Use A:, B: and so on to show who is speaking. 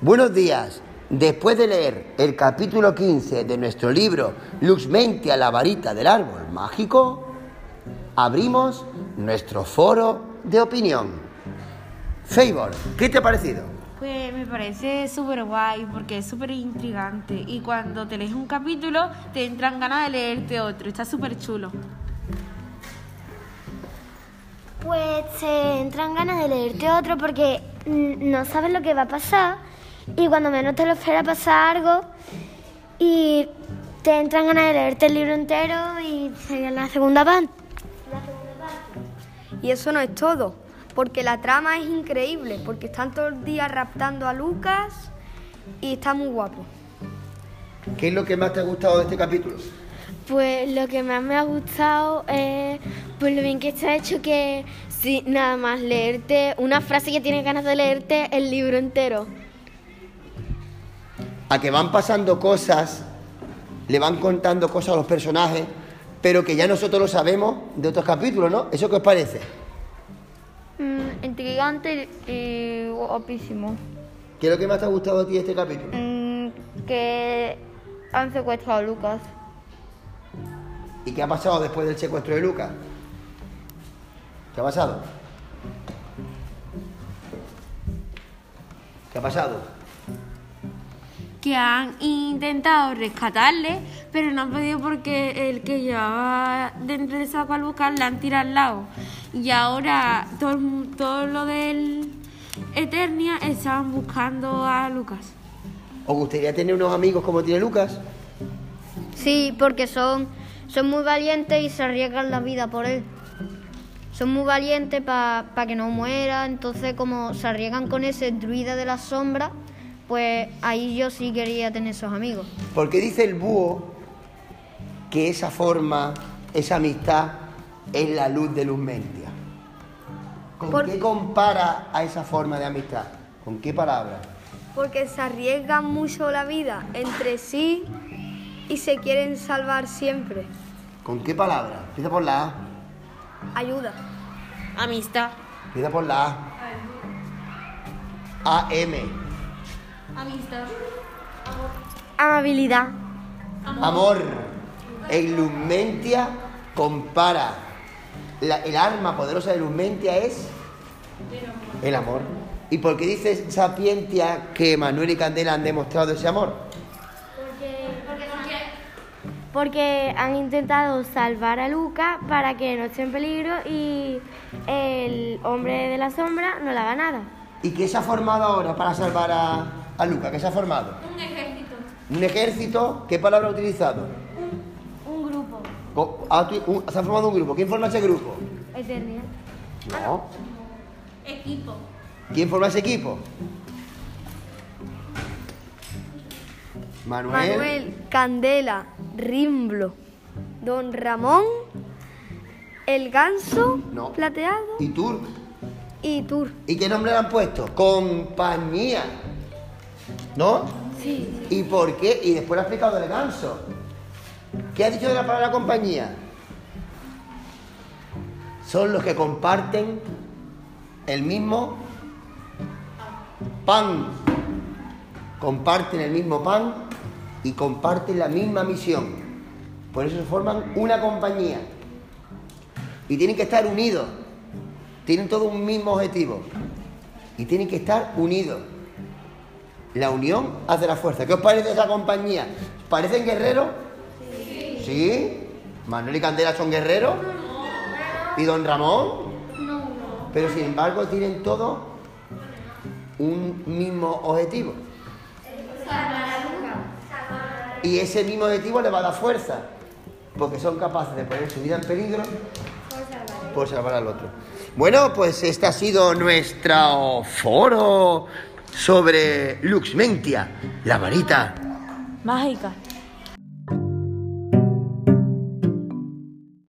A: Buenos días. Después de leer el capítulo 15 de nuestro libro Lux Mentia, la varita del árbol mágico, abrimos nuestro foro de opinión. Favor, ¿qué te ha parecido?
B: Pues me parece súper guay porque es súper intrigante y cuando te lees un capítulo te entran ganas de leerte otro, está súper chulo.
C: Pues te entran ganas de leerte otro porque mm, no sabes lo que va a pasar y cuando menos te lo espera pasar algo y te entran ganas de leerte el libro entero y sería la segunda parte.
D: Y eso no es todo, porque la trama es increíble, porque están todo el día raptando a Lucas y está muy guapo.
A: ¿Qué es lo que más te ha gustado de este capítulo?
E: Pues lo que más me ha gustado es pues lo bien que está hecho que si nada más leerte una frase que tienes ganas de leerte el libro entero.
A: A que van pasando cosas, le van contando cosas a los personajes, pero que ya nosotros lo sabemos de otros capítulos, ¿no? ¿Eso qué os parece?
F: Mm, intrigante y guapísimo.
A: ¿Qué es lo que más te ha gustado a ti de este capítulo?
F: Mm, que han secuestrado a Lucas.
A: ¿Y qué ha pasado después del secuestro de Lucas? ¿Qué ha pasado? ¿Qué ha pasado?
B: Que han intentado rescatarle, pero no han podido porque el que llevaba dentro del saco al buscar le han tirado al lado. Y ahora todo, el mu- todo lo del Eternia estaban buscando a Lucas.
A: ¿Os gustaría tener unos amigos como tiene Lucas?
D: Sí, porque son, son muy valientes y se arriesgan la vida por él. Son muy valientes para que no muera, entonces como se arriesgan con ese druida de la sombra, pues ahí yo sí quería tener esos amigos.
A: Porque dice el búho que esa forma, esa amistad, es la luz de Luz Mentia. ¿Con
D: Por-
A: qué compara a esa forma de amistad? ¿Con qué palabra?
D: Porque se arriesgan mucho la vida entre sí y se quieren salvar siempre.
A: ¿Con qué palabra? Empieza por la A.
D: Ayuda.
B: Amistad.
A: Empieza por la A. AM.
B: Amistad.
C: Amabilidad.
A: Amor. En Luz Mentia compara. La- el arma poderosa de Luz Mentia es el amor. ¿Y por qué dice Sapientia que Manuel y Candela han demostrado ese amor?
E: Porque han intentado salvar a Luca para que no esté en peligro y el hombre de la sombra no la va nada.
A: ¿Y qué se ha formado ahora para salvar a, a Luca? ¿Qué se ha formado?
B: Un ejército.
A: ¿Un ejército? ¿Qué palabra ha utilizado?
E: Un grupo.
A: Co- ha uti- un- se ha formado un grupo. ¿Quién forma ese grupo?
E: Eternia.
A: No.
B: Equipo.
A: ¿Quién forma ese equipo? Manuel.
D: Manuel, Candela, Rimblo, Don Ramón, El Ganso,
A: No.
D: Plateado
A: ¿Y tú?
D: y Tur.
A: ¿Y qué nombre le han puesto? Compañía. ¿No? Sí. ¿Y por qué? Y después lo ha explicado del ganso. ¿Qué ha dicho de la palabra compañía? Son los que comparten el mismo pan. Comparten el mismo pan y comparten la misma misión. Por eso se forman una compañía. Y tienen que estar unidos. Tienen todo un mismo objetivo. Y tienen que estar unidos. La unión hace la fuerza. ¿Qué os parece esa compañía? ¿Parecen guerreros? Sí. ¿Manuel y Candela son guerreros? ¿Y don Ramón? Pero sin embargo tienen todo un mismo objetivo. Y ese mismo objetivo le va a dar fuerza. Porque son capaces de poner su vida en peligro por salvar al otro. Bueno, pues este ha sido nuestro foro sobre Lux Mentia, la varita
B: Mágica.